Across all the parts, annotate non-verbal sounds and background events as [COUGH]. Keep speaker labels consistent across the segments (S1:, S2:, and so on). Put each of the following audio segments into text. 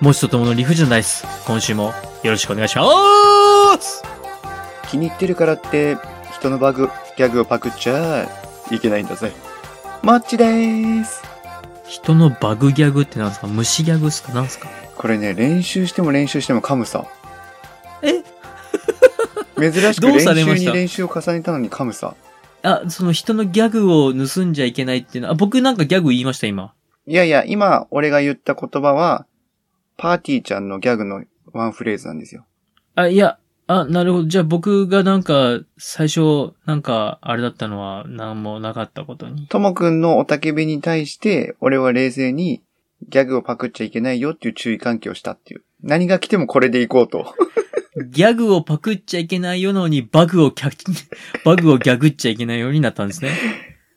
S1: もちとともの理不尽なダイス。今週もよろしくお願いします
S2: 気に入ってるからって、人のバグ、ギャグをパクっちゃいけないんだぜ。マッチでーす。
S1: 人のバグギャグってなんですか虫ギャグっすかなんですか
S2: これね、練習しても練習しても噛むさ。
S1: え
S2: [LAUGHS] 珍しく
S1: どう
S2: 練
S1: されま
S2: 習
S1: し
S2: に
S1: た
S2: 練習を重ねたのに噛むさ。
S1: あ、その人のギャグを盗んじゃいけないっていうのは、あ僕なんかギャグ言いました、今。
S2: いやいや、今、俺が言った言葉は、パーティーちゃんのギャグのワンフレーズなんですよ。
S1: あ、いや、あ、なるほど。じゃあ僕がなんか、最初、なんか、あれだったのは、なんもなかったことに。
S2: ともくんのおたけびに対して、俺は冷静に、ギャグをパクっちゃいけないよっていう注意喚起をしたっていう。何が来てもこれでいこうと。
S1: ギャグをパクっちゃいけないようなのに、バグをキャ、 [LAUGHS] バグをギャグっちゃいけないようになったんですね。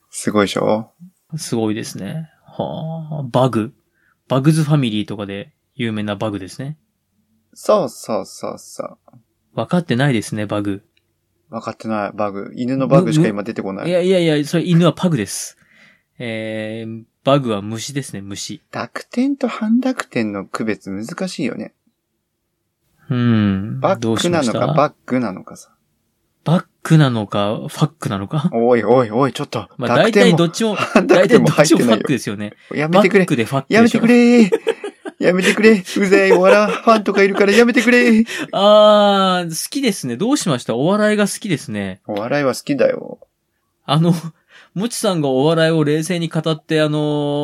S2: すごいでしょ
S1: すごいですね。はあ、バグ。バグズファミリーとかで有名なバグですね。
S2: そうそうそうそう。
S1: 分かってないですね、バグ。
S2: 分かってない、バグ。犬のバグしか今出てこないい。
S1: やいやいや、それ犬はパグです。えー、バグは虫ですね、虫。
S2: 濁点と半濁点の区別難しいよね。
S1: うん。
S2: バ
S1: ど
S2: ッ
S1: うし
S2: ク
S1: ま
S2: な
S1: し
S2: の
S1: た
S2: かバックなのかさ。
S1: バックなのか、ファックなのか。
S2: おいおいおい、ちょっと。
S1: [LAUGHS] まあ、大体
S2: 濁点
S1: ど
S2: も
S1: っ
S2: [LAUGHS]
S1: ちも、
S2: 半
S1: 大体
S2: 濁点
S1: ど
S2: も
S1: っ
S2: 入
S1: ち
S2: っ
S1: も
S2: て
S1: フ
S2: な
S1: ァ
S2: い
S1: ッ
S2: よ
S1: ク。ですよね。
S2: やめ
S1: バ
S2: てく
S1: ッ
S2: れ。
S1: クでファックでしょ。
S2: やめてくれ。やめてくれ。うぜえ、お笑いファンとかいるからやめてくれ。
S1: あー、好きですね。どうしましたお笑いが好きですね。
S2: お笑いは好きだよ。
S1: あの、もちさんがお笑いを冷静に語って、あ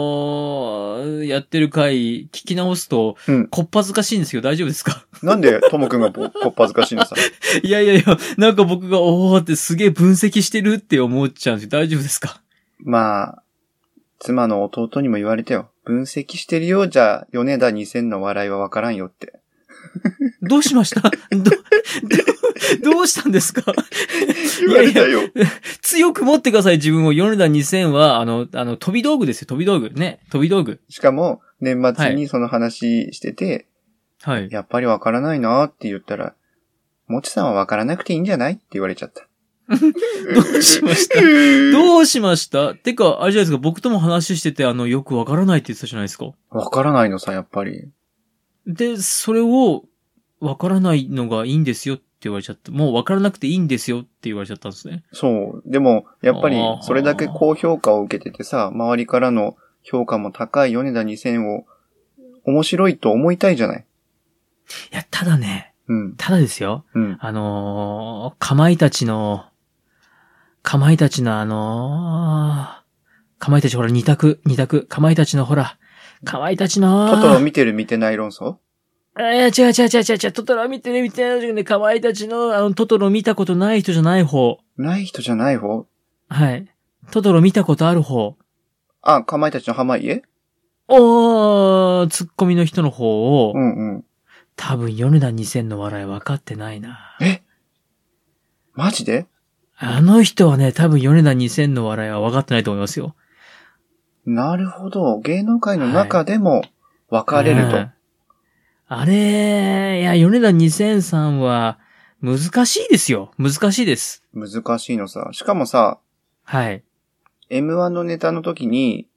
S1: のーやってる回、聞き直すと、
S2: うん
S1: こっぱずかしいんですけど、大丈夫ですか
S2: なんで、ともくんがここっぱずかしいのさ。
S1: いやいやいや、なんか僕が、おーってすげえ分析してるって思っちゃうんですけど、大丈夫ですか
S2: まあ、妻の弟にも言われたよ。分析してるようじゃ、米田2000の笑いはわからんよって。
S1: どうしましたど、ど、どうしたんですか
S2: 言われたよ。
S1: 強く持ってください、自分を。ヨネダ2000は、あの、あの、飛び道具ですよ、飛び道具。ね、飛び道具。
S2: しかも、年末にその話してて、
S1: はい。
S2: やっぱりわからないなって言ったら、もちさんはわからなくていいんじゃないって言われちゃった。
S1: どうしました
S2: た
S1: どうしましたてか、あれじゃないですか、僕とも話してて、あの、よくわからないって言ってたじゃないですか。
S2: わからないのさ、やっぱり。
S1: で、それを、わからないのがいいんですよって言われちゃった。もうわからなくていいんですよって言われちゃったんですね。
S2: そう。でも、やっぱり
S1: あー、
S2: それだけ高評価を受けててさ、周りからの評価も高い米田2000を、面白いと思いたいじゃない。
S1: いや、ただね、
S2: うん、
S1: ただですよ。
S2: うん。
S1: あのー、かまいたちの、かまいたちのあのー、かまいたちほら、二択、二択、かまいたちのほら、かまいたちの、
S2: トトロ見てる見てない論争
S1: えー、違う違う違う違う違う、トトロ見てる見てないね、かまいたちの、あの、トトロ見たことない人じゃない方。
S2: ない人じゃない方
S1: はい。トトロ見たことある方。
S2: あ、かまいたちの濱家
S1: おー、ツッコミの人の方を、
S2: うんうん。
S1: 多分米田2000の笑い分かってないな。
S2: えマジで
S1: あの人はね、多分米田2000の笑いは分かってないと思いますよ。
S2: なるほど。芸能界の中でも分かれると。
S1: うんあれ、いや、米田2000さんは、難しいですよ。難しいです。
S2: 難しいのさ。しかもさ、
S1: はい。
S2: M1 のネタの時に、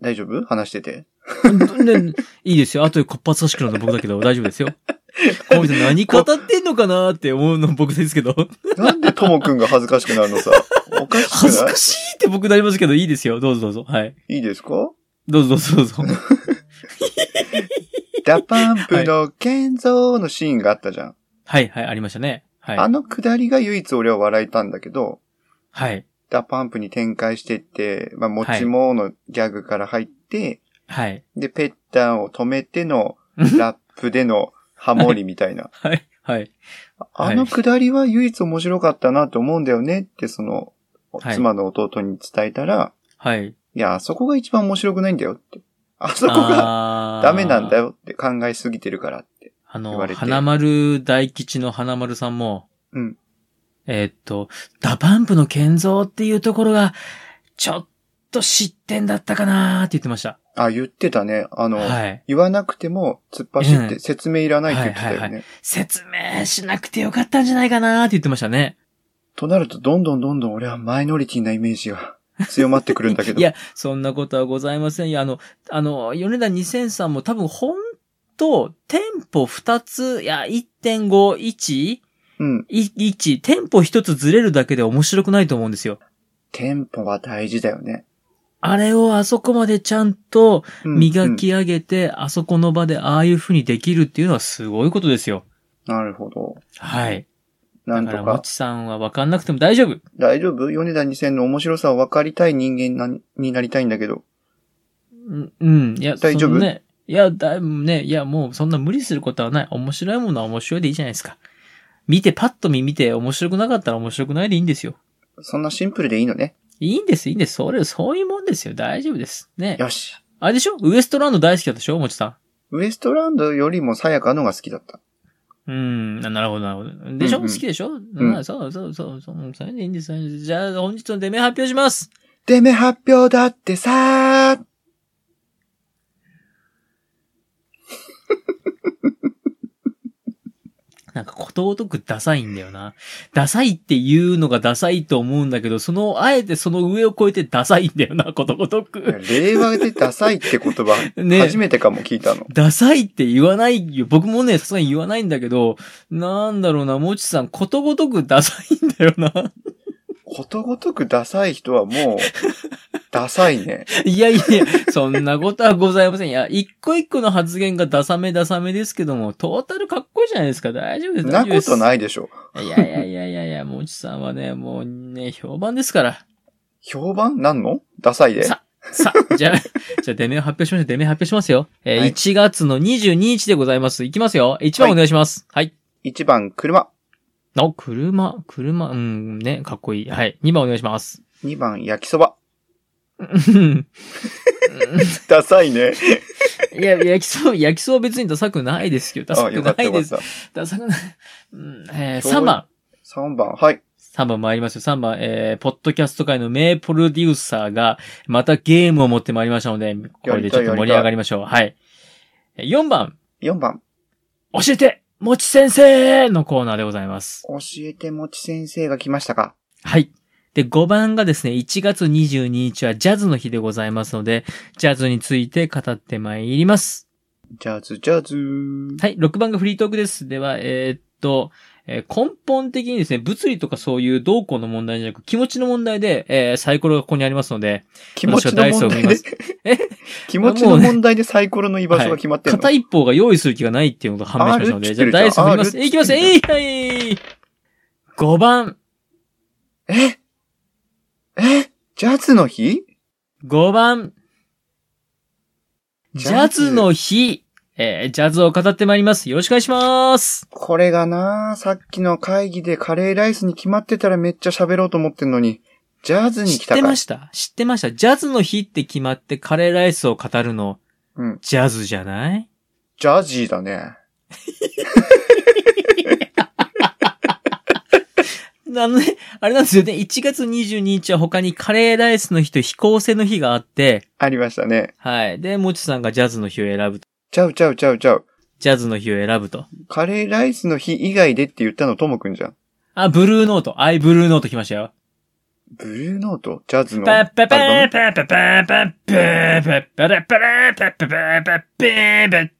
S2: 大丈夫話し
S1: [LAUGHS]
S2: てて。
S1: ねいいですよ。あとでこっぱずかしくなるの僕だけど、大丈夫ですよ。こう人何語ってんのかなって思うの僕ですけど。
S2: なんでともくんが恥ずかしくなるのさ。おかしく
S1: 恥ず
S2: な
S1: かしいって僕なりますけど、いいですよ。どうぞどうぞ。はい。
S2: いいいですか
S1: どうぞどうぞどうぞ。
S2: ダパンプの建造のシーンがあったじゃん。
S1: はいはい、ありましたね。は
S2: あ
S1: い。
S2: のくだりが唯一俺は笑えたんだけど、
S1: はい。
S2: ダパンプに展開してって、まあ、持ちものギャグから入って、
S1: はい。
S2: で、ペッタンを止め
S1: [LAUGHS]
S2: てのラップでのハモリみたいな。
S1: はい。はい。
S2: あのくだりは唯一面白かったなと思うんだよねって、その、
S1: はい
S2: 妻の弟に伝えたら、
S1: はい。
S2: い、や、あそこが一番面白くないんだよって。あそこが
S1: が
S2: ダメなんだ。よって考えすぎてるからって。
S1: あ
S2: 言
S1: の、
S2: われて
S1: 花丸大吉の花丸さんも、
S2: うん。
S1: えーっと、ダパンプの建造っていうところが、ちょっと失点だったかなーって言ってました。
S2: あ、言ってたね。あの、
S1: はい。
S2: 言わなくても突っ走っ
S1: う
S2: て
S1: ん
S2: 説明いらないって言ってたよね。
S1: はいは説明しなくてよかったんじゃないかなーって言ってましたね。
S2: となると、どんどんどんどん俺はマイノリティなイメー
S1: [LAUGHS]
S2: ジが強まってくるんだけど。
S1: いや、そんなことはございませんよ。あの、あの、米田2000さんも多分本と、店舗2つ、いや、1.5、1?
S2: うん。
S1: 1、店舗1つずれるだけで面白くないと思うんですよ。
S2: テンポは大事だよね。
S1: あれをあそこまでちゃんと
S2: うん
S1: 磨き上げて、あそこの場でああいう風にできるっていうのはすごいことですよ。
S2: うんなるほど。
S1: はい。
S2: な
S1: だ
S2: ん
S1: から、
S2: と
S1: も
S2: か
S1: ち、さんは分かんなくても大丈夫。
S2: 大丈夫米田2000の面白さを分かりたい人間なになりたいんだけど。
S1: うんうん。いや、
S2: 大丈夫
S1: そのね。いや、だいぶね、いや、もうそんな無理することはない。面白いものは面白いでいいじゃないですか。見て、パッと見見て、面白くなかったら面白くないでいいんですよ。
S2: そんなシンプルでいいのね。
S1: いいんです、いいんです。それ、そういうもんですよ。大丈夫です。ね。
S2: よし。
S1: あれでしょウエストランド大好きだったでしょもちさ
S2: ウエストランドよりもさやかのが好きだった。
S1: ん。うん。ななるほど、なるほど。でしょ、
S2: うんうん
S1: 好きでしょ、
S2: ん
S1: まあそうそうそう。そうそれでいいんです。じゃあ、本日のデメ発表します。
S2: デメ発表だってさー
S1: なんか、ことごとくダサいんだよな。ダサいっていうのがダサいと思うんだけど、その、あえてその上を越えてダサいんだよな、 [LAUGHS] ことごとく。
S2: 令和でダサいって言葉、
S1: [LAUGHS] ね
S2: 初めてかも聞いたの。
S1: ダサいって言わないよ。僕もね、さすがに言わないんだけど、なんだろうな、もちさん、ことごとくダサいんだよな。 [LAUGHS]
S2: ことごとくダサい人はもう、ダサ
S1: [LAUGHS]
S2: いね。
S1: いやいやいや、そんなことはございません。いや、一個一個の発言がダサめダサめですけども、トータルかっこいいじゃないですか。大丈夫です。
S2: なこと
S1: い。
S2: ないでしょ。
S1: いやいやいやいやいや、もちさんはね、もうね、評判ですから。
S2: 評判なんのダサいで。
S1: ささあ、じゃあ、じゃあ、デメを発表しましょう。デメ発表しますよ。えー
S2: はい
S1: 1月の22日でございます。いきますよ。1番お願いします。はい。
S2: 1番、車。
S1: お、車、車、うん、ね、かっこいい。はい。2番お願いします。
S2: [LAUGHS] 2番、焼きそば。
S1: うん
S2: ダサいね。
S1: いや、焼きそう、焼きそう別にダサくないですけど、ダサ
S2: あ、
S1: く
S2: よかっ
S1: な
S2: た
S1: い
S2: よか
S1: で
S2: っ
S1: す。
S2: た。
S1: ダサくない。うんえー、
S2: そういう
S1: 3番。
S2: 3番、はい。
S1: 3番参りますよ。3番、えー、ポッドキャスト界の名プロデューサーが、またゲームを持ってまいりましたので、これでちょっと盛り上がりましょう。はい。えー4番、
S2: 4番、
S1: 教えてもち先生のコーナーでございます。
S2: 教えてもち先生が来ましたか。
S1: はい。で、5番がですね、1月22日はジャズの日でございますので、ジャズについて語ってまいります。
S2: ジャズ、ジャズー。
S1: はい、6番がフリートークです。では、えーっと、えー根本的にですね、物理とかそういう動向の問題じゃなく、気持ちの問題で、えーサイコロがここにありますので、
S2: 気持ちの問題で
S1: 私はダイソーを見ます。
S2: [LAUGHS] 気持ちの問題でサイコロの居場所が決まってるの、
S1: 片一方が用意する気がないっていうことが判明しましたの
S2: R
S1: で、
S2: 切
S1: じ
S2: っ
S1: ゃ
S2: て
S1: あ
S2: るじゃん
S1: ダイスを振ります。
S2: R 切ってる
S1: いきます。えい、はい。5番、
S2: ええジャズの日
S1: 5番、
S2: ジ
S1: ジ
S2: ャ
S1: ャ
S2: ズ
S1: ズの日、えージャズを語ってまいります。よろしくお願いします。
S2: これがなあさっきの会議でカレーライスに決まってたらめっちゃ喋ろうと思ってんのに、ジャズに
S1: 知
S2: 来
S1: ったて
S2: か
S1: ま。した知ってましたジャズの日って決まってカレーライスを語るの、
S2: うん
S1: ジャズじゃない
S2: ジャジーだね。
S1: あのね、あれなんですよね。1月22日は他にカレーライスの日と飛行船の日があって、
S2: ありましたね。
S1: はい。で、もちさんがジャズの日を選ぶと。
S2: ちゃうちゃうちゃうちゃう。
S1: ジャズの日を選ぶと。
S2: カレーライスの日以外でって言ったのともくんじゃん。
S1: あ、ブルーノート。アイブルーノート来ましたよ。
S2: ブルーノートジャズの
S1: パッ
S2: アル
S1: パパ
S2: バ
S1: ー
S2: ム
S1: パッパパーパッパーパッパラパラパッパパーパッパーパッ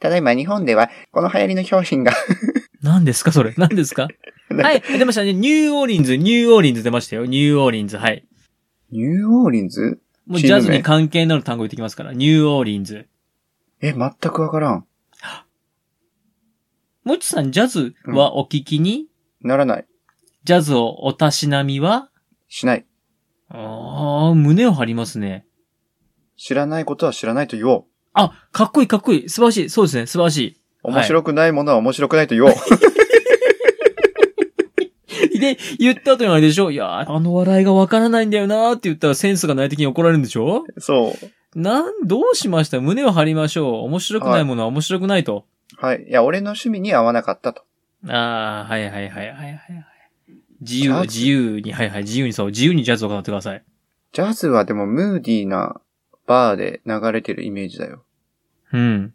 S2: ただいま日本では、この流行りの商品が [LAUGHS]
S1: 何ですかそれ。何ですかはい。出ましたね。ニューオーリンズ、ニューオーリンズ出ましたよ。ニューオーリンズ。はい。
S2: ニューオーリンズ
S1: もうジャズに関係のある単語言ってきますから。ニューオーリンズ。
S2: え、全くわからん。
S1: もちさん、ジャズはお聞きに、
S2: ならない。
S1: ジャズをおたしなみは
S2: しない。
S1: ああ、胸を張りますね。
S2: 知らないことは知らないと言おう。
S1: あ、かっこいいかっこいい。素晴らしい。そうですね、素晴らし
S2: 面白くないものは面白くないと言おう。
S1: い。 [LAUGHS] で、言った後にあれでしょいやー、あの笑いがわからないんだよなーって言ったらセンスがない的に怒られるんでしょ
S2: そう。
S1: なん、どうしました胸を張りましょう。面白くないものは面白くないと。
S2: はい。いや、俺の趣味に合わなかったと。
S1: ああ、はいはいはいはいはいはい。自由、
S2: ジャズ
S1: 自由に、はいはい、自由にそう、自由にジャズを語ってください。
S2: ジャズはでもムーディーなバーで流れてるイメージだよ。
S1: うん。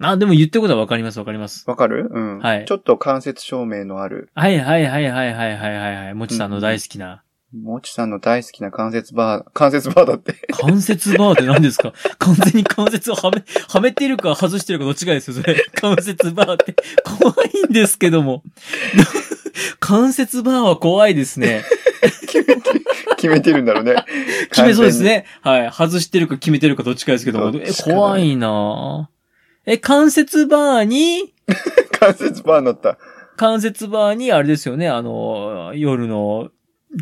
S1: あ、でも言ってることはわかりますわかります。
S2: わかるうん。
S1: はい
S2: ちょっと間接照明のある。
S1: はいはいはいはいはいはいはいはい。もちさんの大好きな。
S2: もちさんの大好きな関節バー、関節バーだって。 [LAUGHS]
S1: 関節バーって何ですか完全に関節をはめ、はめてるか外してるかどっちかですよ、それ。関節バーって。怖いんですけども。関節バーは怖いですね。
S2: 決めてるんだろうね。
S1: [LAUGHS] 決めそうです
S2: 完全に。
S1: ね。はい。外してるか決めてるかどっちかですけども。
S2: どっ
S1: え
S2: ち、かだね
S1: 怖いなぁえ、関節バーに、
S2: 関節バーになった。
S1: 関節バーに、あれですよね、あの、夜の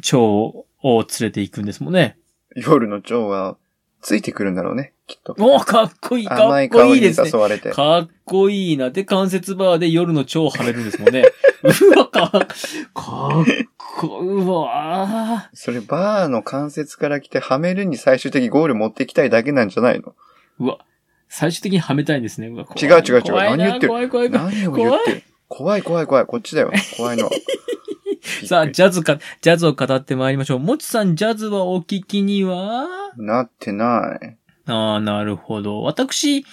S1: 蝶を連れて行くんですもんね。
S2: 夜の蝶は、ついてくるんだろうね、きっと。
S1: おーかっこいい、か
S2: 甘
S1: っ
S2: い
S1: こ
S2: 香
S1: いい
S2: りに
S1: ですね
S2: 誘。われて。
S1: かっこいいな。で、関節バーで夜の蝶をはめるんですもん
S2: [LAUGHS]
S1: ね。うわ、か、かっこ、うわ
S2: それ、バーの関節から来て、はめるに最終的にゴール持ってきたいだけなんじゃないの
S1: うわ、最終的にはめたいんですね。うわ怖い
S2: 違う違う違う
S1: 怖いな
S2: 何言ってる
S1: 怖い怖い怖い。
S2: 何を言ってる怖い怖い怖い、こっちだ [LAUGHS] よ。怖いのは。
S1: さあ、
S2: びっくり
S1: ジャズか、ジャズを語ってまいりましょう。もちさん、ジャズはお聞きには
S2: なってない。
S1: ああ、なるほど。私、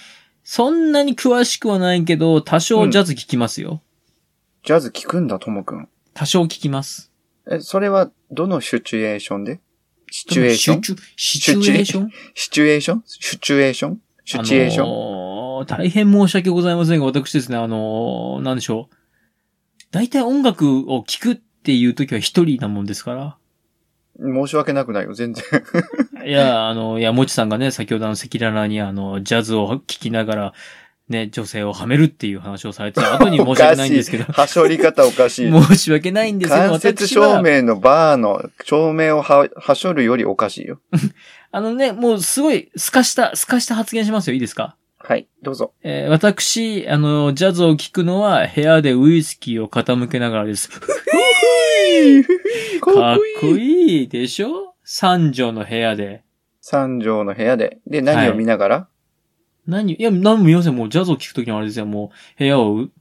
S1: そんなに詳しくはないけど、多少ジャズ聞きますよ。
S2: ジャズ聞くんだ、ともくん。
S1: 多少聞きます。
S2: え、それは、どのシチュエーションでシチュエーション
S1: シチュシチュエーション
S2: シチュエーションシチュエーションシチュエーション、
S1: あのー大変申し訳ございませんが、私ですね、あのーなんでしょう。大体音楽を聴くっていう時は一人なもんですから。
S2: 申し訳なくないよ、全然。 [LAUGHS]
S1: いや、あの、いや、もちさんがね、先ほどあの、赤裸々にあの、ジャズを聴きながら、ね、女性をはめるっていう話をされてた後に申し訳ないんですけど
S2: お、かしいはしょり方おかしい。
S1: 申し訳ないんですけど、
S2: 間接
S1: 私は
S2: 照、明のバーの照明をははしょるよりおかしいよ。
S1: あのね、もうすごい、透かした、透かした発言しますよ、いいですか
S2: はい、どうぞ。
S1: えー私、あの、ジャズを聴くのは部屋でウイスキーを傾けながらです。
S2: か
S1: かっこ
S2: い。
S1: いいでしょ三畳の部屋で。
S2: 三畳の部屋で。で、何を見ながら、
S1: 何いや、何も見ません。もうジャズを聴くときのあれですよ。もう部屋をう、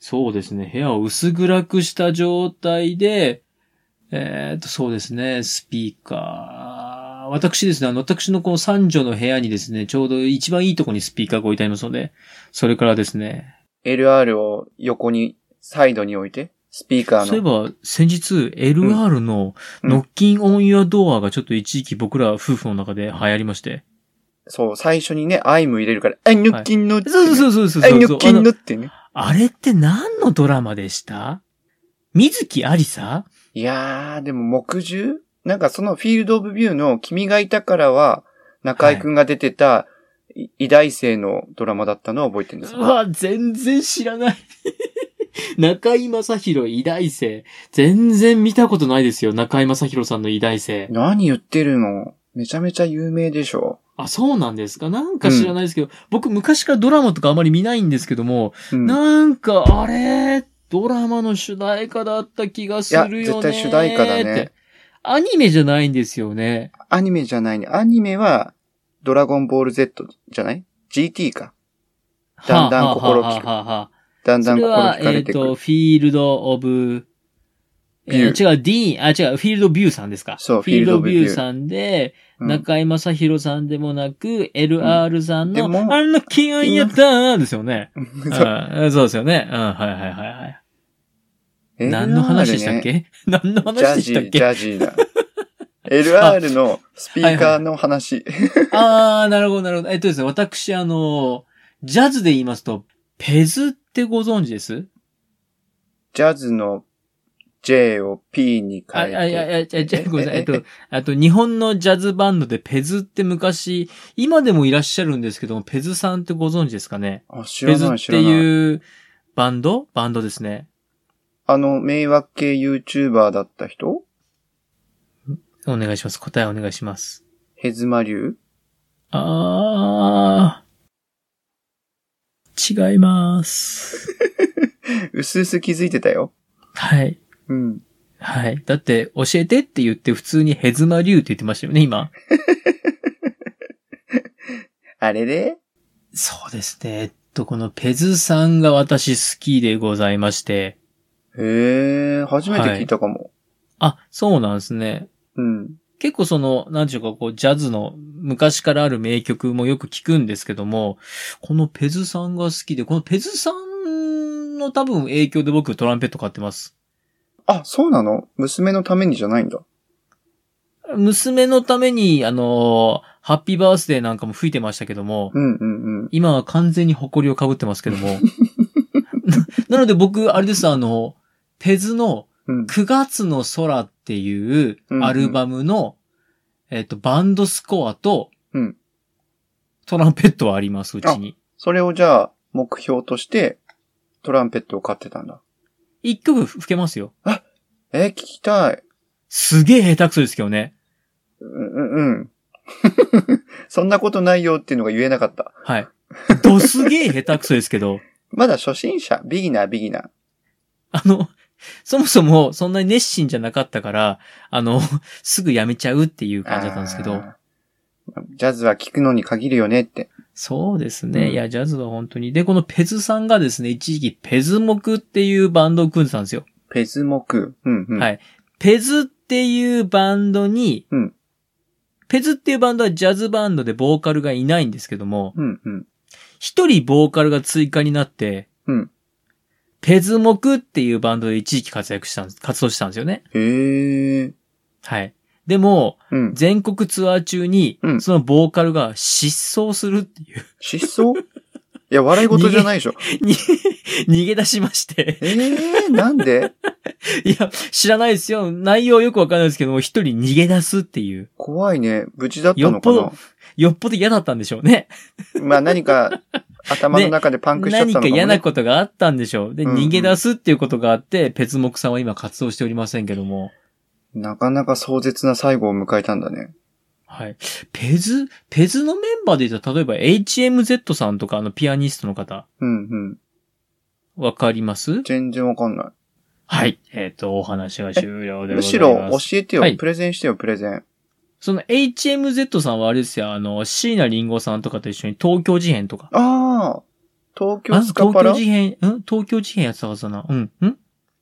S1: そうですね。部屋を薄暗くした状態で、えーっと、そうですね。スピーカー。私ですね、あの、私のこの三畳の部屋にですね、ちょうど一番いいとこにスピーカーが置いてありますので、それからですね。
S2: LR を横に、サイドに置いて、スピーカーの。
S1: そういえば、先日、LR の
S2: うん
S1: ノッキンオンユアドアがちょっと一時期僕ら夫婦の中で流行りまして。
S2: そう、最初にね、アイム入れるから、あ、ニョッキンのってね、
S1: そうそうそうそう
S2: あ、
S1: そう。
S2: ニョッキンのってね。
S1: あれって何のドラマでした水木ありさ
S2: いやー、でも木10なんかそのフィールドオブビューの君がいたからは、中井くんが出てた、い偉大生のドラマだったのを覚えてるんです
S1: う
S2: よ
S1: わ、全然知らない。 [LAUGHS] 中井正広偉大生。全然見たことないですよ。中井正広さんの偉大生。
S2: 何言ってるのめちゃめちゃ有名でしょ。
S1: あ、そうなんですかなんか知らないですけど、僕昔からドラマとかあまり見ないんですけども、
S2: うん、い
S1: なんかあれ、ドラマの主題歌だった気がする
S2: や、
S1: よね。
S2: 絶対主題歌だ
S1: って
S2: ね。。
S1: アニメじゃないんですよね。
S2: アニメじゃないね。アニメは、ドラゴンボール Z じゃない ?GT か。だんだん心
S1: は
S2: 惹
S1: あはあはあはあ
S2: だんだ
S1: そ
S2: ん
S1: れ
S2: 心
S1: は、
S2: 惹か
S1: え
S2: れ
S1: っ、
S2: てくる。
S1: と、フィールド・オブ、え
S2: ビュ
S1: ー違う、ディーン、あ、違う、フィールド・ビューさんですか。
S2: そう
S1: フィールド・
S2: フィールドビュー
S1: ビューさんで、
S2: うん
S1: 中井正宏さんでもなく、LR さんの、
S2: でも
S1: あの、気合いやったーですよね。う
S2: そうん
S1: そうですよね。うん、はいはいはいはい。
S2: LR
S1: 何の話でしたっけ、何の
S2: ジャ
S1: 話で
S2: ジ
S1: したっ
S2: ー、ジ
S1: け
S2: ャジーだ。LR のスピーカーの話。
S1: あー、なるほど、なるほど。えっとですね、私、あの、ジャズで言いますと、ペズってご存知です
S2: ジャズの J を P に
S1: あ、
S2: 変
S1: あ、いや、い
S2: えて。
S1: や、いや、じゃ
S2: え
S1: ごめん
S2: [LAUGHS]
S1: なさい。
S2: え
S1: えっと、あと、日本のジャズバンドでペズって昔、今でもいらっしゃるんですけども、ペズさんってご存知ですかね
S2: あ、知
S1: ペ
S2: ら
S1: ズ
S2: な
S1: っ
S2: い、知
S1: て
S2: らない。
S1: いうバンドバンドですね。
S2: あの、迷惑系 YouTuber だった人
S1: お願いします。答えお願いします。
S2: ヘズマリュウ
S1: あー。違い
S2: [LAUGHS]
S1: ます。
S2: うすうす気づいてたよ。
S1: はい。
S2: うん。
S1: はい。だって、教えてって言って普通にヘズマリュウって言ってましたよね、今。
S2: あれれ
S1: そうですね。えっと、このペズさんが私好きでございまして。
S2: へえ、初めて聞いたかも。
S1: あ、そうなんですね。
S2: うん。
S1: 結構その、なんていうか、こう、ジャズの昔からある名曲もよく聞くんですけども、このペズさんが好きで、このペズさんの多分影響で僕トランペット買ってます。
S2: あ、そうなの娘のためにじゃないんだ。
S1: 娘のために、あの、ハッピーバースデーなんかも吹いてましたけども、
S2: うんうんうん。
S1: 今は完全に埃をかぶってますけども。ななので僕、あれです、あの、ペズの
S2: うん。
S1: 9月の空っていうアルバムの、えっと、バンドスコアと、
S2: うん
S1: トランペットはあります、うちに。
S2: それをじゃあ、目標として、トランペットを買ってたんだ。
S1: 一曲吹けますよ。
S2: えー、聞きたい。
S1: すげえ下手くそですけどね。
S2: うんうんうん。 [LAUGHS] そんなことないよっていうのが言えなかった。
S1: はい。どすげえ下手くそですけど、 [LAUGHS]
S2: まだ初心者、ビギナー、ビギナー。
S1: あの、そもそもそんなに熱心じゃなかったから、あの、 [LAUGHS] すぐやめちゃうっていう感じだったんですけど、
S2: あー。ジャズは聞くのに限るよねって。
S1: そうです
S2: うん
S1: ね。いや、ジャズは本当に。で、このペズさんがですね、一時期ペズモクっていうバンドを組んでたんですよ。
S2: ペズモク。うんうん。
S1: はいペズっていうバンドに、
S2: うん
S1: ペズっていうバンドはジャズバンドでボーカルがいないんですけども、
S2: うんうん。
S1: 一人ボーカルが追加になって、
S2: うん
S1: ペズモクっていうバンドで一時期活躍したんです、活動してたんですよね。
S2: へえ。
S1: はい。でも、
S2: うん。
S1: 全国ツアー中に
S2: う、ん
S1: そのボーカルが失踪するっていう、 [LAUGHS]
S2: 失踪いや、笑い事じゃないでしょ。
S1: に逃げ出しまして、
S2: ええー、なんで
S1: いや、知らないですよ。内容よくわかんないですけども、一人逃げ出すっていう、
S2: 怖いね。無事だったのか
S1: よっ
S2: な
S1: よっぽど嫌だったんでしょうね。
S2: まあ何か頭の中でパンクしちゃったの
S1: 何
S2: かも、
S1: か
S2: ね
S1: 嫌なことがあったんでしょう。で、
S2: うんうん
S1: 逃げ出すっていうことがあって、ペツモクさんは今活動しておりませんけども。
S2: なかなか壮絶な最後を迎えたんだね。
S1: はい。ペズ、ペズのメンバーで言ったら、例えば HMZ さんとか、あの、ピアニストの方、
S2: うんうん。
S1: わかります
S2: 全然わかんない。
S1: はい。えっ、と、お話が終了でございま
S2: む
S1: す。
S2: しろ教えてよ、
S1: はい
S2: プレゼンしてよ、プレゼン。
S1: その HMZ さんはあれですよ、あの、椎名林檎さんとかと一緒に東京事変とか。
S2: ああ東
S1: あ
S2: 京スカパ
S1: 東京
S2: ラ
S1: 事変、ん東京事変やってたはずだな。うん。んい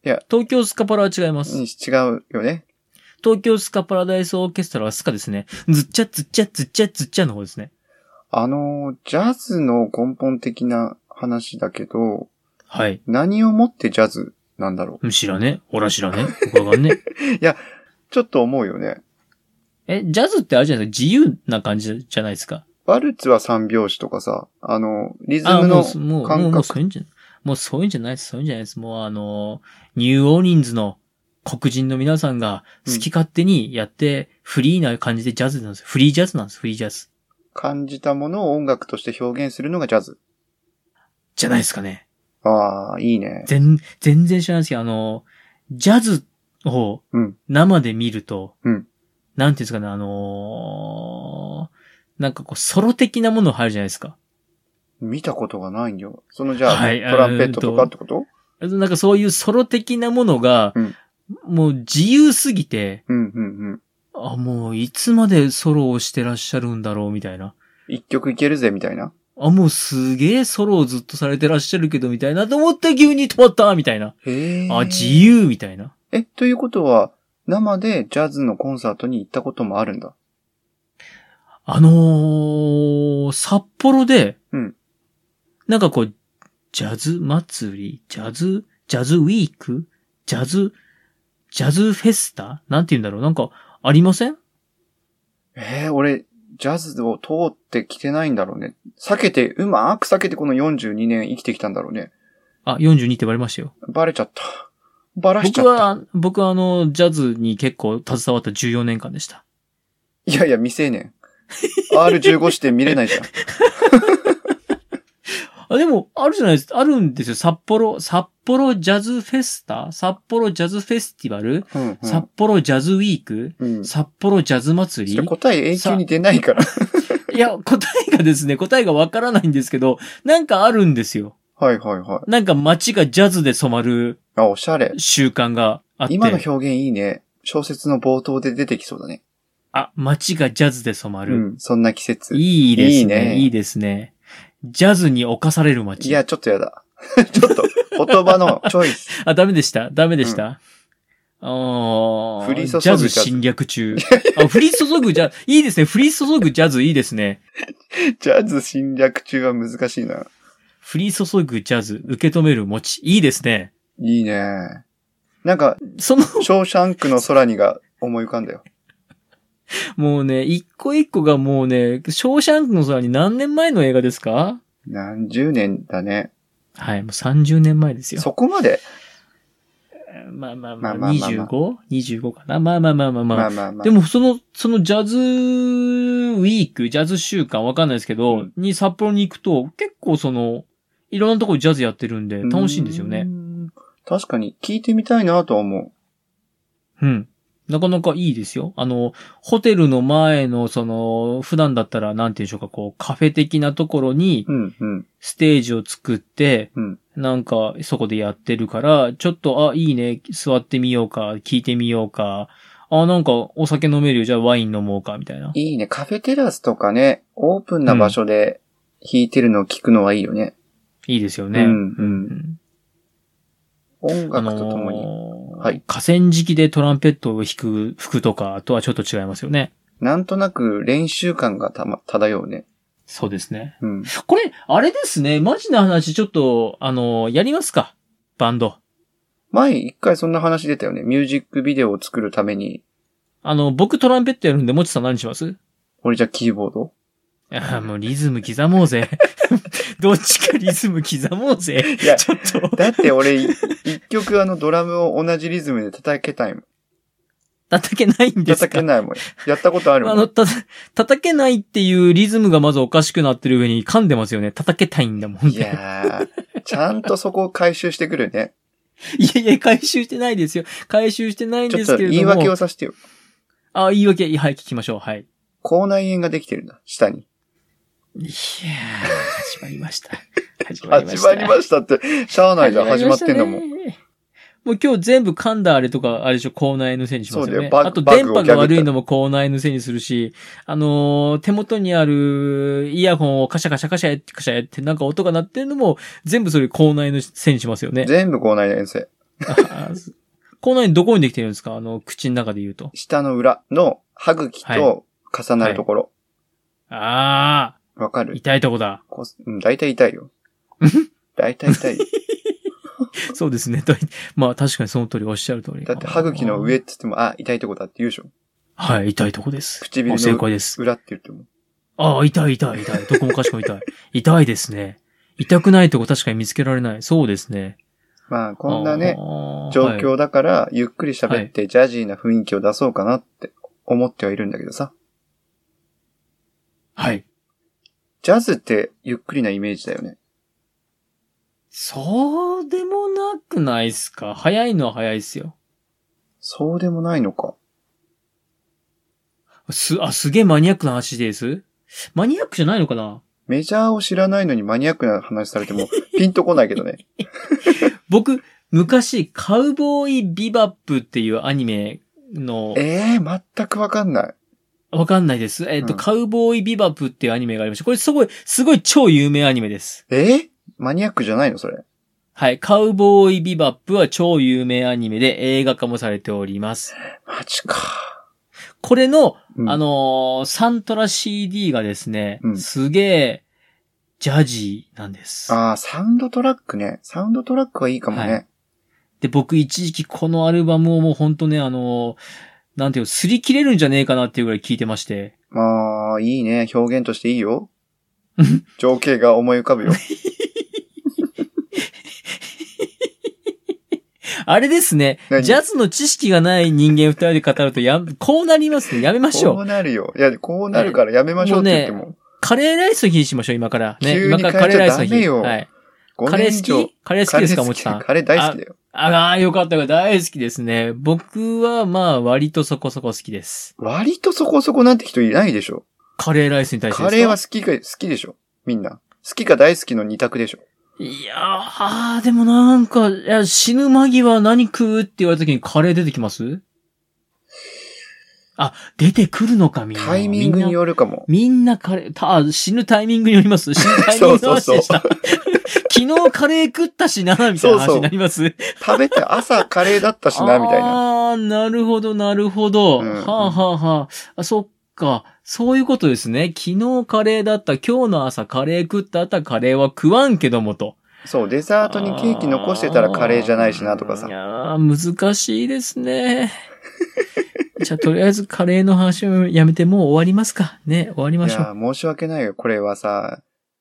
S2: や。
S1: 東京スカパラは違います。
S2: に違うよね。
S1: 東京スカパラダイスオーケストラはスカですね。ずっちゃずっちゃずっちゃずっちゃの方ですね。
S2: あのー、ジャズの根本的な話だけど、
S1: はい。
S2: 何をもってジャズなんだろう
S1: 知らね。ほら知らね。ここがね。
S2: ちょっと思うよね。
S1: [LAUGHS] え、ジャズってあれじゃないですか自由な感じじゃないですか。
S2: ワルツは三拍子とかさ、あの、リズ
S1: あ、
S2: ム
S1: も
S2: の
S1: う、もう、も
S2: 感
S1: う、もう
S2: 覚
S1: そういうんじゃ、もうそういうんじゃないです。そういうんじゃないです。もうあのー、ニューオーリンズの黒人の皆さんが好き勝手にやって、フリーな感じでジャズなんです。フリージャズなんです。フリージャズ。
S2: 感じたものを音楽として表現するのがジャズ。
S1: じゃないですかね。
S2: ああ、いいね。
S1: 全、全然知らないですけど、あの、ジャズを
S2: うん
S1: 生で見ると、
S2: うん
S1: なんていうんですかね、あのーなんかこう、ソロ的なもの入るじゃないですか。
S2: 見たことがないんよ。そのじゃあ、
S1: はい
S2: トランペットとかってこと
S1: なんかそういうソロ的なものが、
S2: うん
S1: もう自由すぎて、
S2: うんうんうん。
S1: あ、もういつまでソロをしてらっしゃるんだろう、みたいな。
S2: 一曲いけるぜ、みたいな。
S1: あ、もうすげえソロをずっとされてらっしゃるけど、みたいなと思って急に止まった、みたいな。
S2: へ
S1: あ、自由、みたいな。
S2: え、ということは、生でジャズのコンサートに行ったこともあるんだ。
S1: あのー、札幌で、
S2: うん
S1: なんかこう、ジャズ祭り、ジャズ、ジャズウィーク、ジャズ、ジャズフェスタなんて言うんだろうなんか、ありません
S2: えー、俺、ジャズを通ってきてないんだろうね。避けて、うまーく避けてこの42年生きてきたんだろうね。
S1: あ、42って言われましたよ。
S2: バレちゃった。バラしちゃ
S1: 僕
S2: った。
S1: は、僕はあの、ジャズに結構携わった14年間でした。
S2: いやいや、未成年。R15 して見れないじゃん。
S1: あ、でも、あるじゃないですか。あるんですよ。札幌、札幌ジャズフェスタ札幌ジャズフェスティバル、
S2: うん、
S1: 札幌ジャズウィーク
S2: うん。うん。そ
S1: 札幌ジャズ祭り
S2: れ答え永久に出ないから。
S1: いや、答えがですね、答えがわからないんですけど、なんかあるんですよ。
S2: はいはいはい。
S1: なんか街がジャズで染まる
S2: あ、おしゃれ。
S1: 習慣があって。
S2: 今の表現いいね。小説の冒頭で出てきそうだね。
S1: あ、街がジャズで染ま
S2: う
S1: る。
S2: ん。そんな季節。い
S1: いいですね
S2: いいね
S1: いいですね。ジャズに侵される街。
S2: や、ちょっとやだ。 [LAUGHS] ちょっと、言葉のチョイス。
S1: あ、ダメでしたダメでした、あー
S2: 降り注ぐジ
S1: ジ
S2: ャ
S1: ャズ
S2: ズ
S1: 侵略中。あ、降り注ぐジャズ、いいですね。降り注ぐジャズいいですね。
S2: ジャズ侵略中は難しいな。
S1: 降り注ぐジャズ、受け止める餅。いいですね。
S2: いいね。なんか、
S1: その、
S2: ショーシャンクの空にが思い浮かんだよ。
S1: もうね、一個一個がもうね、ショーシャンクの空に何年前の映画ですか
S2: 何十年だね。
S1: はい、もう30年前ですよ。
S2: そこまで。
S1: まあまあまあ、
S2: まあまあまあまあ
S1: 25?25 かなまあまあまあまあまあ。
S2: まあまあまあ。
S1: でも、その、そのジャズウィーク、ジャズ週間わかんないですけど、
S2: うん
S1: に札幌に行くと、結構その、いろんなところジャズやってるんで、楽しいんですよ
S2: う
S1: ね。
S2: ん。確かに聞いてみたいなとは思
S1: うん。なかなかいいですよ。あの、ホテルの前の、その、普段だったら、なんていうんでしょうか、こう、カフェ的なところに
S2: う。、うんうん。
S1: ステージを作って、
S2: うん
S1: なんか、そこでやってるから、ちょっと、あ、いいね、座ってみようか、聞いてみようか、あ、なんか、お酒飲めるよ、じゃあワイン飲もうか、みたいな。
S2: いいね。カフェテラスとかね、オープンな場所で弾いてるのを聞くのはいいよね。
S1: いいですよね。
S2: うんうん
S1: ん
S2: 音
S1: あ
S2: 楽とともに。
S1: のー
S2: はい
S1: 河川敷でトランペットを弾く服とかとはちょっと違いますよね。
S2: なんとなく練習感がたま、漂うね。
S1: そうですね。
S2: うん。
S1: これ、あれですね。マジな話、ちょっと、あのーやりますかバンド。
S2: 前一回そんな話出たよね。ミュージックビデオを作るために、
S1: あの、僕トランペットやるんで、もちさん何します
S2: 俺じゃあキーボード
S1: いや、もうリズム刻もうぜ。 [LAUGHS] どっちかリズム刻もうぜ。 [LAUGHS]
S2: いや、
S1: ちょっと。
S2: だって俺、い一曲あのドラムを同じリズムで叩けたいもん。
S1: 叩けないんです
S2: 叩け
S1: か
S2: ないもん。やったことあるも
S1: あ
S2: ん。
S1: の、た、叩けないっていうリズムがまずおかしくなってる上に噛んでますよね。叩けたいんだもんね。
S2: いやー、ちゃんとそこを回収してくるね。
S1: いやいや、回収してないですよ。回収してないん
S2: ちょ
S1: で
S2: っ
S1: す
S2: と
S1: けれども。
S2: 言い訳をさせてよ。
S1: あ、言い訳、はい、聞きましょう。はい。
S2: 口内炎ができてるんだ、下に。
S1: いやー、始まりました。始まりま
S2: 始
S1: した。
S2: まりましたって、しゃあないじゃん、始まってんだもん。
S1: ん。もう今日全部噛んだあれとか、あれでしょ、口内のせいにしますよ
S2: そうだ
S1: ね
S2: よ。バグ
S1: あと
S2: バグ
S1: 電
S2: を
S1: 波が悪いのも口内のせいにするし、あのー手元にあるイヤホンをカシャカシャカシャカシャってなんか音が鳴ってるのも、全部それ口内のせいにしますよね。
S2: 全部口内炎性。
S1: あー [LAUGHS] 口内どこにできてるんですかあの、口の中で言うと。
S2: 下の裏の歯茎と重なるところ。
S1: あ
S2: わ、か
S1: ー、
S2: る
S1: 痛いとこだ。
S2: こう、うん、大体痛
S1: [LAUGHS]
S2: いよ。大体痛い。
S1: そうですね。と [LAUGHS] まあ確かにその通りおっしゃる通り。
S2: だって歯茎の上って言っても、あ、痛いとこだって言うでしょ。
S1: はい、痛いとこです。
S2: 唇の
S1: あ正解です。
S2: 裏って言っても。
S1: ああ、痛い痛い痛い。どこもかしこも痛
S2: [LAUGHS]
S1: い。痛いですね。痛くないとこ確かに見つけられない。そうですね。
S2: まあ、こんなね、
S1: あー
S2: 状
S1: はい
S2: 況だから、ゆっくり喋って、ジャジーな雰囲気を出そうかなって思ってはいるんだけどさ。
S1: はい。
S2: ジャズってゆっくりなイメージだよね。
S1: そうでもなくないっすか。早いのは早いっすよ。
S2: そうでもないのか。
S1: す、あ、すげえマニアックな話です。マニアックじゃないのかな
S2: メジャーを知らないのにマニアックな話されて
S1: [LAUGHS]
S2: も、ピンとこないけどね。
S1: 僕、昔、カウボーイビバップっていうアニメの、
S2: ええー、全くわかんない。
S1: わかんないです。えっ、と、
S2: うん
S1: カウボーイビバップっていうアニメがありました。これすごい、すごい超有名アニメです。
S2: えーマニアックじゃないのそれ。
S1: はい。カウボーイビバップは超有名アニメで映画化もされております。
S2: マジか。
S1: これの、
S2: うん
S1: あ、のーサントラ CD がですね、
S2: うん
S1: すげえ、ジャジーなんです。
S2: ああ、サウンドトラックね。サウンドトラックはいいかもね。
S1: はで、僕一時期このアルバムをもうほんとね、あのーなんていうの、擦り切れるんじゃねえかなっていうぐらい聞いてまして。
S2: まあ、いいね。表現としていい
S1: [LAUGHS]
S2: よ。情景が思い浮かぶよ。
S1: あれですね、
S2: 何
S1: ジャズの知識がない人間二人で語るとや、こうなりますね。やめましょう
S2: こ。うなるよ。いや、こうなるからやめましょうって言っても。
S1: カレーライスの日にしましょう、今から。ね。
S2: 急に
S1: 今からカレーライスの
S2: 変え
S1: 日。
S2: ちゃダメよ
S1: はい。
S2: 5
S1: カレ
S2: 年以
S1: ー
S2: 上
S1: 好きカレー好きですか、もちさん。
S2: カレー大好きだよ。
S1: ああ、よかったよかった。大好きですね。僕は、まあ、割とそこそこ好きです。
S2: 割とそこそこなんて人いないでしょ。
S1: カレーライスに対してで
S2: カ
S1: すか
S2: レーは好きか、好きでしょ。みんな。好きか大好きの二択でしょ。
S1: いやー、あーでもなんか、いや死ぬ間際何食うって言われた時にカレー出てきますあ、出てくるのか、みんな。
S2: タイミングによるかも。
S1: みんなカレー、た、あ死ぬタイミングによります死ぬタイミングの話でした。 [LAUGHS] 昨日カレー食ったしな、みたいな話になります
S2: 食べて朝カレーだったし
S1: [LAUGHS]
S2: な、みたいな。
S1: ああ、なるほど、なるほど。
S2: うんうん
S1: はあ、はあはあ、あ。そっか。そういうことですね。昨日カレーだった、今日の朝カレー食った後はカレーは食わんけどもと。
S2: そう、デザートにケーキ残してたらカレーじゃないしな、とか
S1: い
S2: さ。
S1: やー難しいですね。 [LAUGHS] じゃあ、とりあえずカレーの話をやめてもう終わりますか。ね、終わりま
S2: い
S1: しょ
S2: や
S1: う。
S2: ー、申し訳ないよ。これはさ、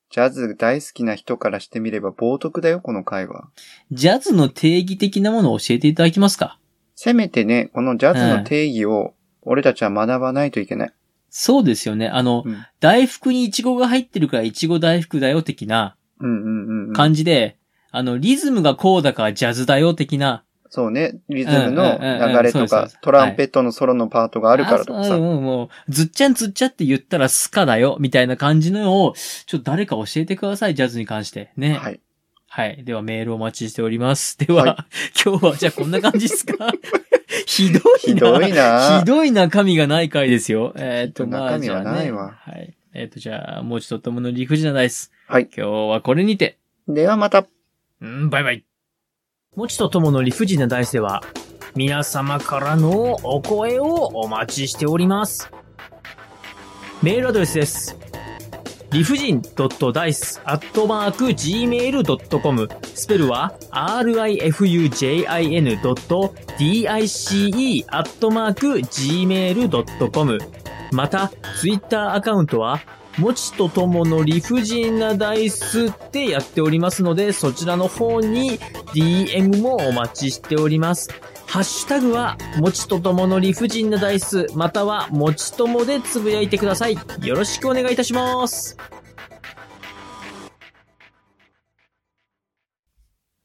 S2: ジャズ大好きな人からしてみれば冒涜だよ、この回は。
S1: ジャズの定義的なものを教えていただきますか
S2: せめてね、このジャズの定義を、俺たちは学ばないといけない。
S1: そうですよね。あの、
S2: うん
S1: 大福にイチゴが入ってるからイチゴ大福だよ的な
S2: うんうんうん、うん。
S1: 感じで、あの、リズムがこうだからジャズだよ的な。
S2: そうね。リズムの
S1: うんうんうんうん
S2: 流れ
S1: そうですそうで
S2: とか
S1: す、
S2: トランペットのソロのパートがあるからとか
S1: あそう
S2: さ。
S1: うん、もう、ずっちゃんずっちゃって言ったらスカだよ、みたいな感じのを、ちょっと誰か教えてください、ジャズに関して。ね。
S2: はい。
S1: はい。ではメールお待ちしております。では、
S2: は
S1: 今日はじゃあこんな感じです
S2: [LAUGHS]
S1: かひどい
S2: ひ
S1: な。
S2: どいな
S1: [LAUGHS] ひどい中身がない回ですよ。えっ、と、まあ、
S2: 中身はないわ
S1: じゃあねはい。えっ、と、じゃあ、もう一度ともの理不尽なダイス。
S2: はい。
S1: 今日はこれにて。
S2: ではまた。
S1: うん、バイバイ。もちとともの理不尽な大世は、皆様からのお声をお待ちしております。メールアドレスです。理不尽 d i c e g m a i l c o m スペルは rifujin. d i c e g m a i l c o m また、ツイッターアカウントは、もちとともの理不尽なダイスってやっておりますので、そちらの方に DM もお待ちしております。ハッシュタグは、もちとともの理不尽なダイス、または、もちともでつぶやいてください。よろしくお願いいたします。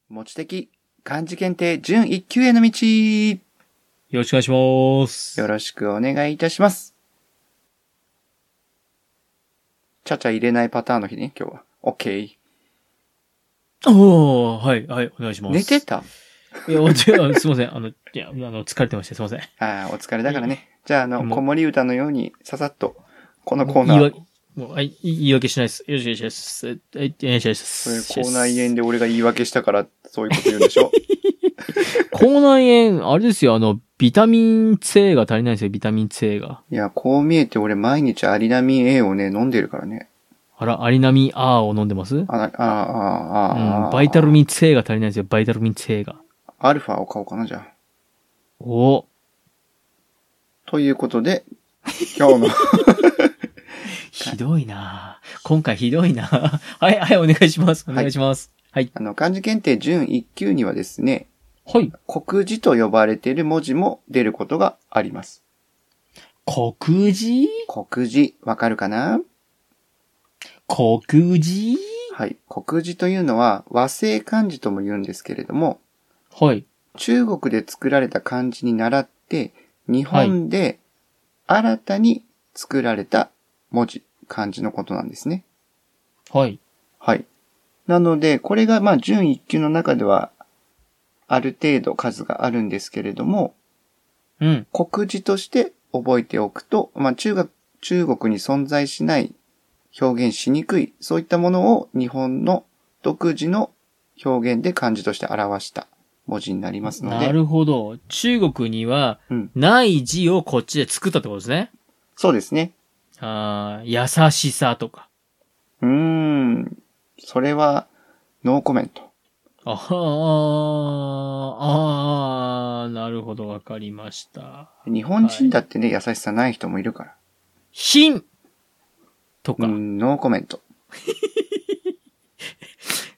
S2: 持ち的漢字検定準1級への道。
S1: よろしくお願いします
S2: よろしくお願いいたします。ちゃちゃ入れないパターンの日ね、今日は。OK。
S1: おー、はい、はい、お願いします。
S2: 寝てた
S1: いや、おちあすいません。あの、いや、あの、疲れてました。すいません。
S2: ああ、お疲れだからね。じゃあ、あの、
S1: もう
S2: 子守歌のように、ささっと、このコーナ
S1: 言い
S2: ー、
S1: 訳もう、はい、言い訳しないです。よろしくお願いします。はい、お願いしま
S2: それ
S1: す。
S2: 口内炎で俺が言い訳したから、そういうこと言うんで
S1: [LAUGHS]
S2: しょ
S1: 口内炎、あれですよ、あの、ビタミン C が足りないんですよ、ビタミン C が。
S2: いや、こう見えて俺毎日アリナミン A をね、飲んでるからね。
S1: あら、アリナミン R を飲んでますうん、
S2: あ、あ、あ、あ、あ、
S1: バイタルミン C が足りないんですよ、バイタルミン C が。
S2: アルファを買おうかな、じゃあ。
S1: お
S2: ということで、 [LAUGHS] 今日の [LAUGHS]
S1: ひどいな今回ひどいな [LAUGHS] はい、はい、お願いします。お願いします。はい。
S2: あの、漢字検定準1級にはですね、
S1: はい。
S2: 国字と呼ばれている文字も出ることがあります。
S1: 国字
S2: 国字、わかるかな
S1: 国字
S2: はい。国字というのは和製漢字とも言うんですけれども、
S1: はい。
S2: 中国で作られた漢字に倣って、日本で新たに作られた文字、漢字のことなんですね。
S1: はい。
S2: はい。なので、これがまあ準1級の中では、ある程度数があるんですけれども、
S1: うん。
S2: 国字として覚えておくと、まあ、中学、中国に存在しない、表現しにくい、そういったものを日本の独自の表現で漢字として表した文字になりますの
S1: な
S2: で、
S1: るほど。中国には
S2: うん、
S1: ない字をこっちで作ったってことですね。
S2: そうですね。
S1: あー優しさとか。
S2: うーん、それは、ノーコメント。
S1: あはー、あー、なるほど、わかりました。
S2: 日本人だってね、優しさない人もいるから。
S1: 品とか
S2: う。ん、ノーコメント。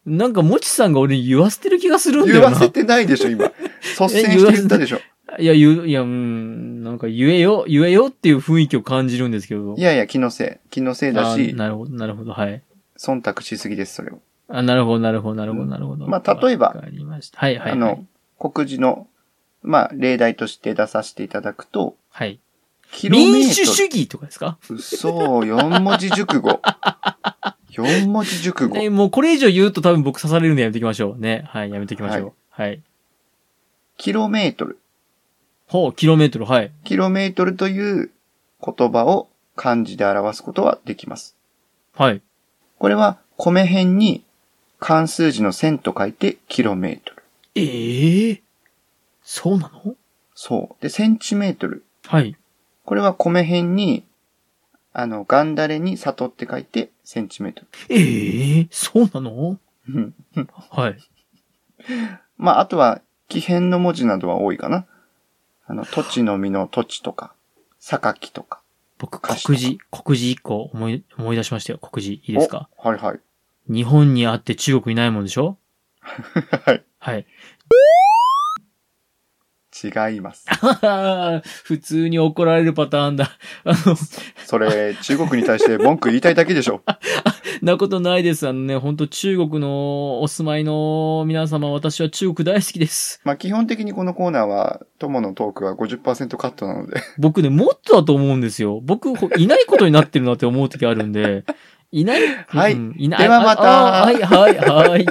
S1: なんか、もちさんが俺に言わせてる気がするんだ
S2: 言
S1: よ
S2: わせ
S1: な。
S2: てないでしょ、今。率先して言ったでしょ。
S1: いや、言う、いや、うん、なんか言えよ、言えよっていう雰囲気を感じるんですけど。
S2: いやいや、気のせい。気のせいだ
S1: あー
S2: し、
S1: なるほど、なるほど、はい。
S2: 忖度しすぎです、それを。
S1: あ、なるほど、なるほど、なるほど、なるほど。
S2: まあ例えば
S1: わかりました。はい、はい。
S2: あの、、国字の、まあ、例題として出させていただくと、
S1: はい。
S2: キロメートル。
S1: 民主主義とかですか
S2: 嘘、4文字
S1: [LAUGHS]
S2: 熟語。4文字熟語
S1: え。ーもうこれ以上言うと多分僕刺されるんでやめておきましょう。ね。はい、やめておきましょう。はい。
S2: キロメートル。
S1: ほう、キロメートル、はい。
S2: キロメートルという言葉を漢字で表すことはできます。
S1: はい。
S2: これは、米辺に漢数字の線と書いてキロメートル。
S1: ええそうなの
S2: そう。で、センチメートル。
S1: はい。
S2: これは米辺に、あの、ガンダレに里って書いてセンチメート
S1: ええそうなの
S2: ル。うん
S1: はい。
S2: まあ、あとは、奇変の文字などは多いかな。あの、土地の実の土地とか、榊とか。
S1: 僕、
S2: 歌詞
S1: 国字、国字一個思い、思い出しましたよ。国字、いいですか
S2: おはい [LAUGHS] はい。
S1: 日本にあって中国にないもんでしょ
S2: はい。
S1: はい。
S2: 違います。
S1: [LAUGHS] 普通に怒られるパターンだ。 [LAUGHS] あの、
S2: それ、中国に対して文句言いたいだけでしょ。
S1: なことないです。あのね、本当中国のお住まいの皆様、私は中国大好きです。
S2: まあ、基本的にこのコーナーは、友のトークは50%カットなので、
S1: 僕ね、もっとだと思うんですよ。僕、ほいないことになってるなって思う時あるんで。いない、
S2: はい
S1: うんいない。
S2: ではまた
S1: ああはい、はい、はい。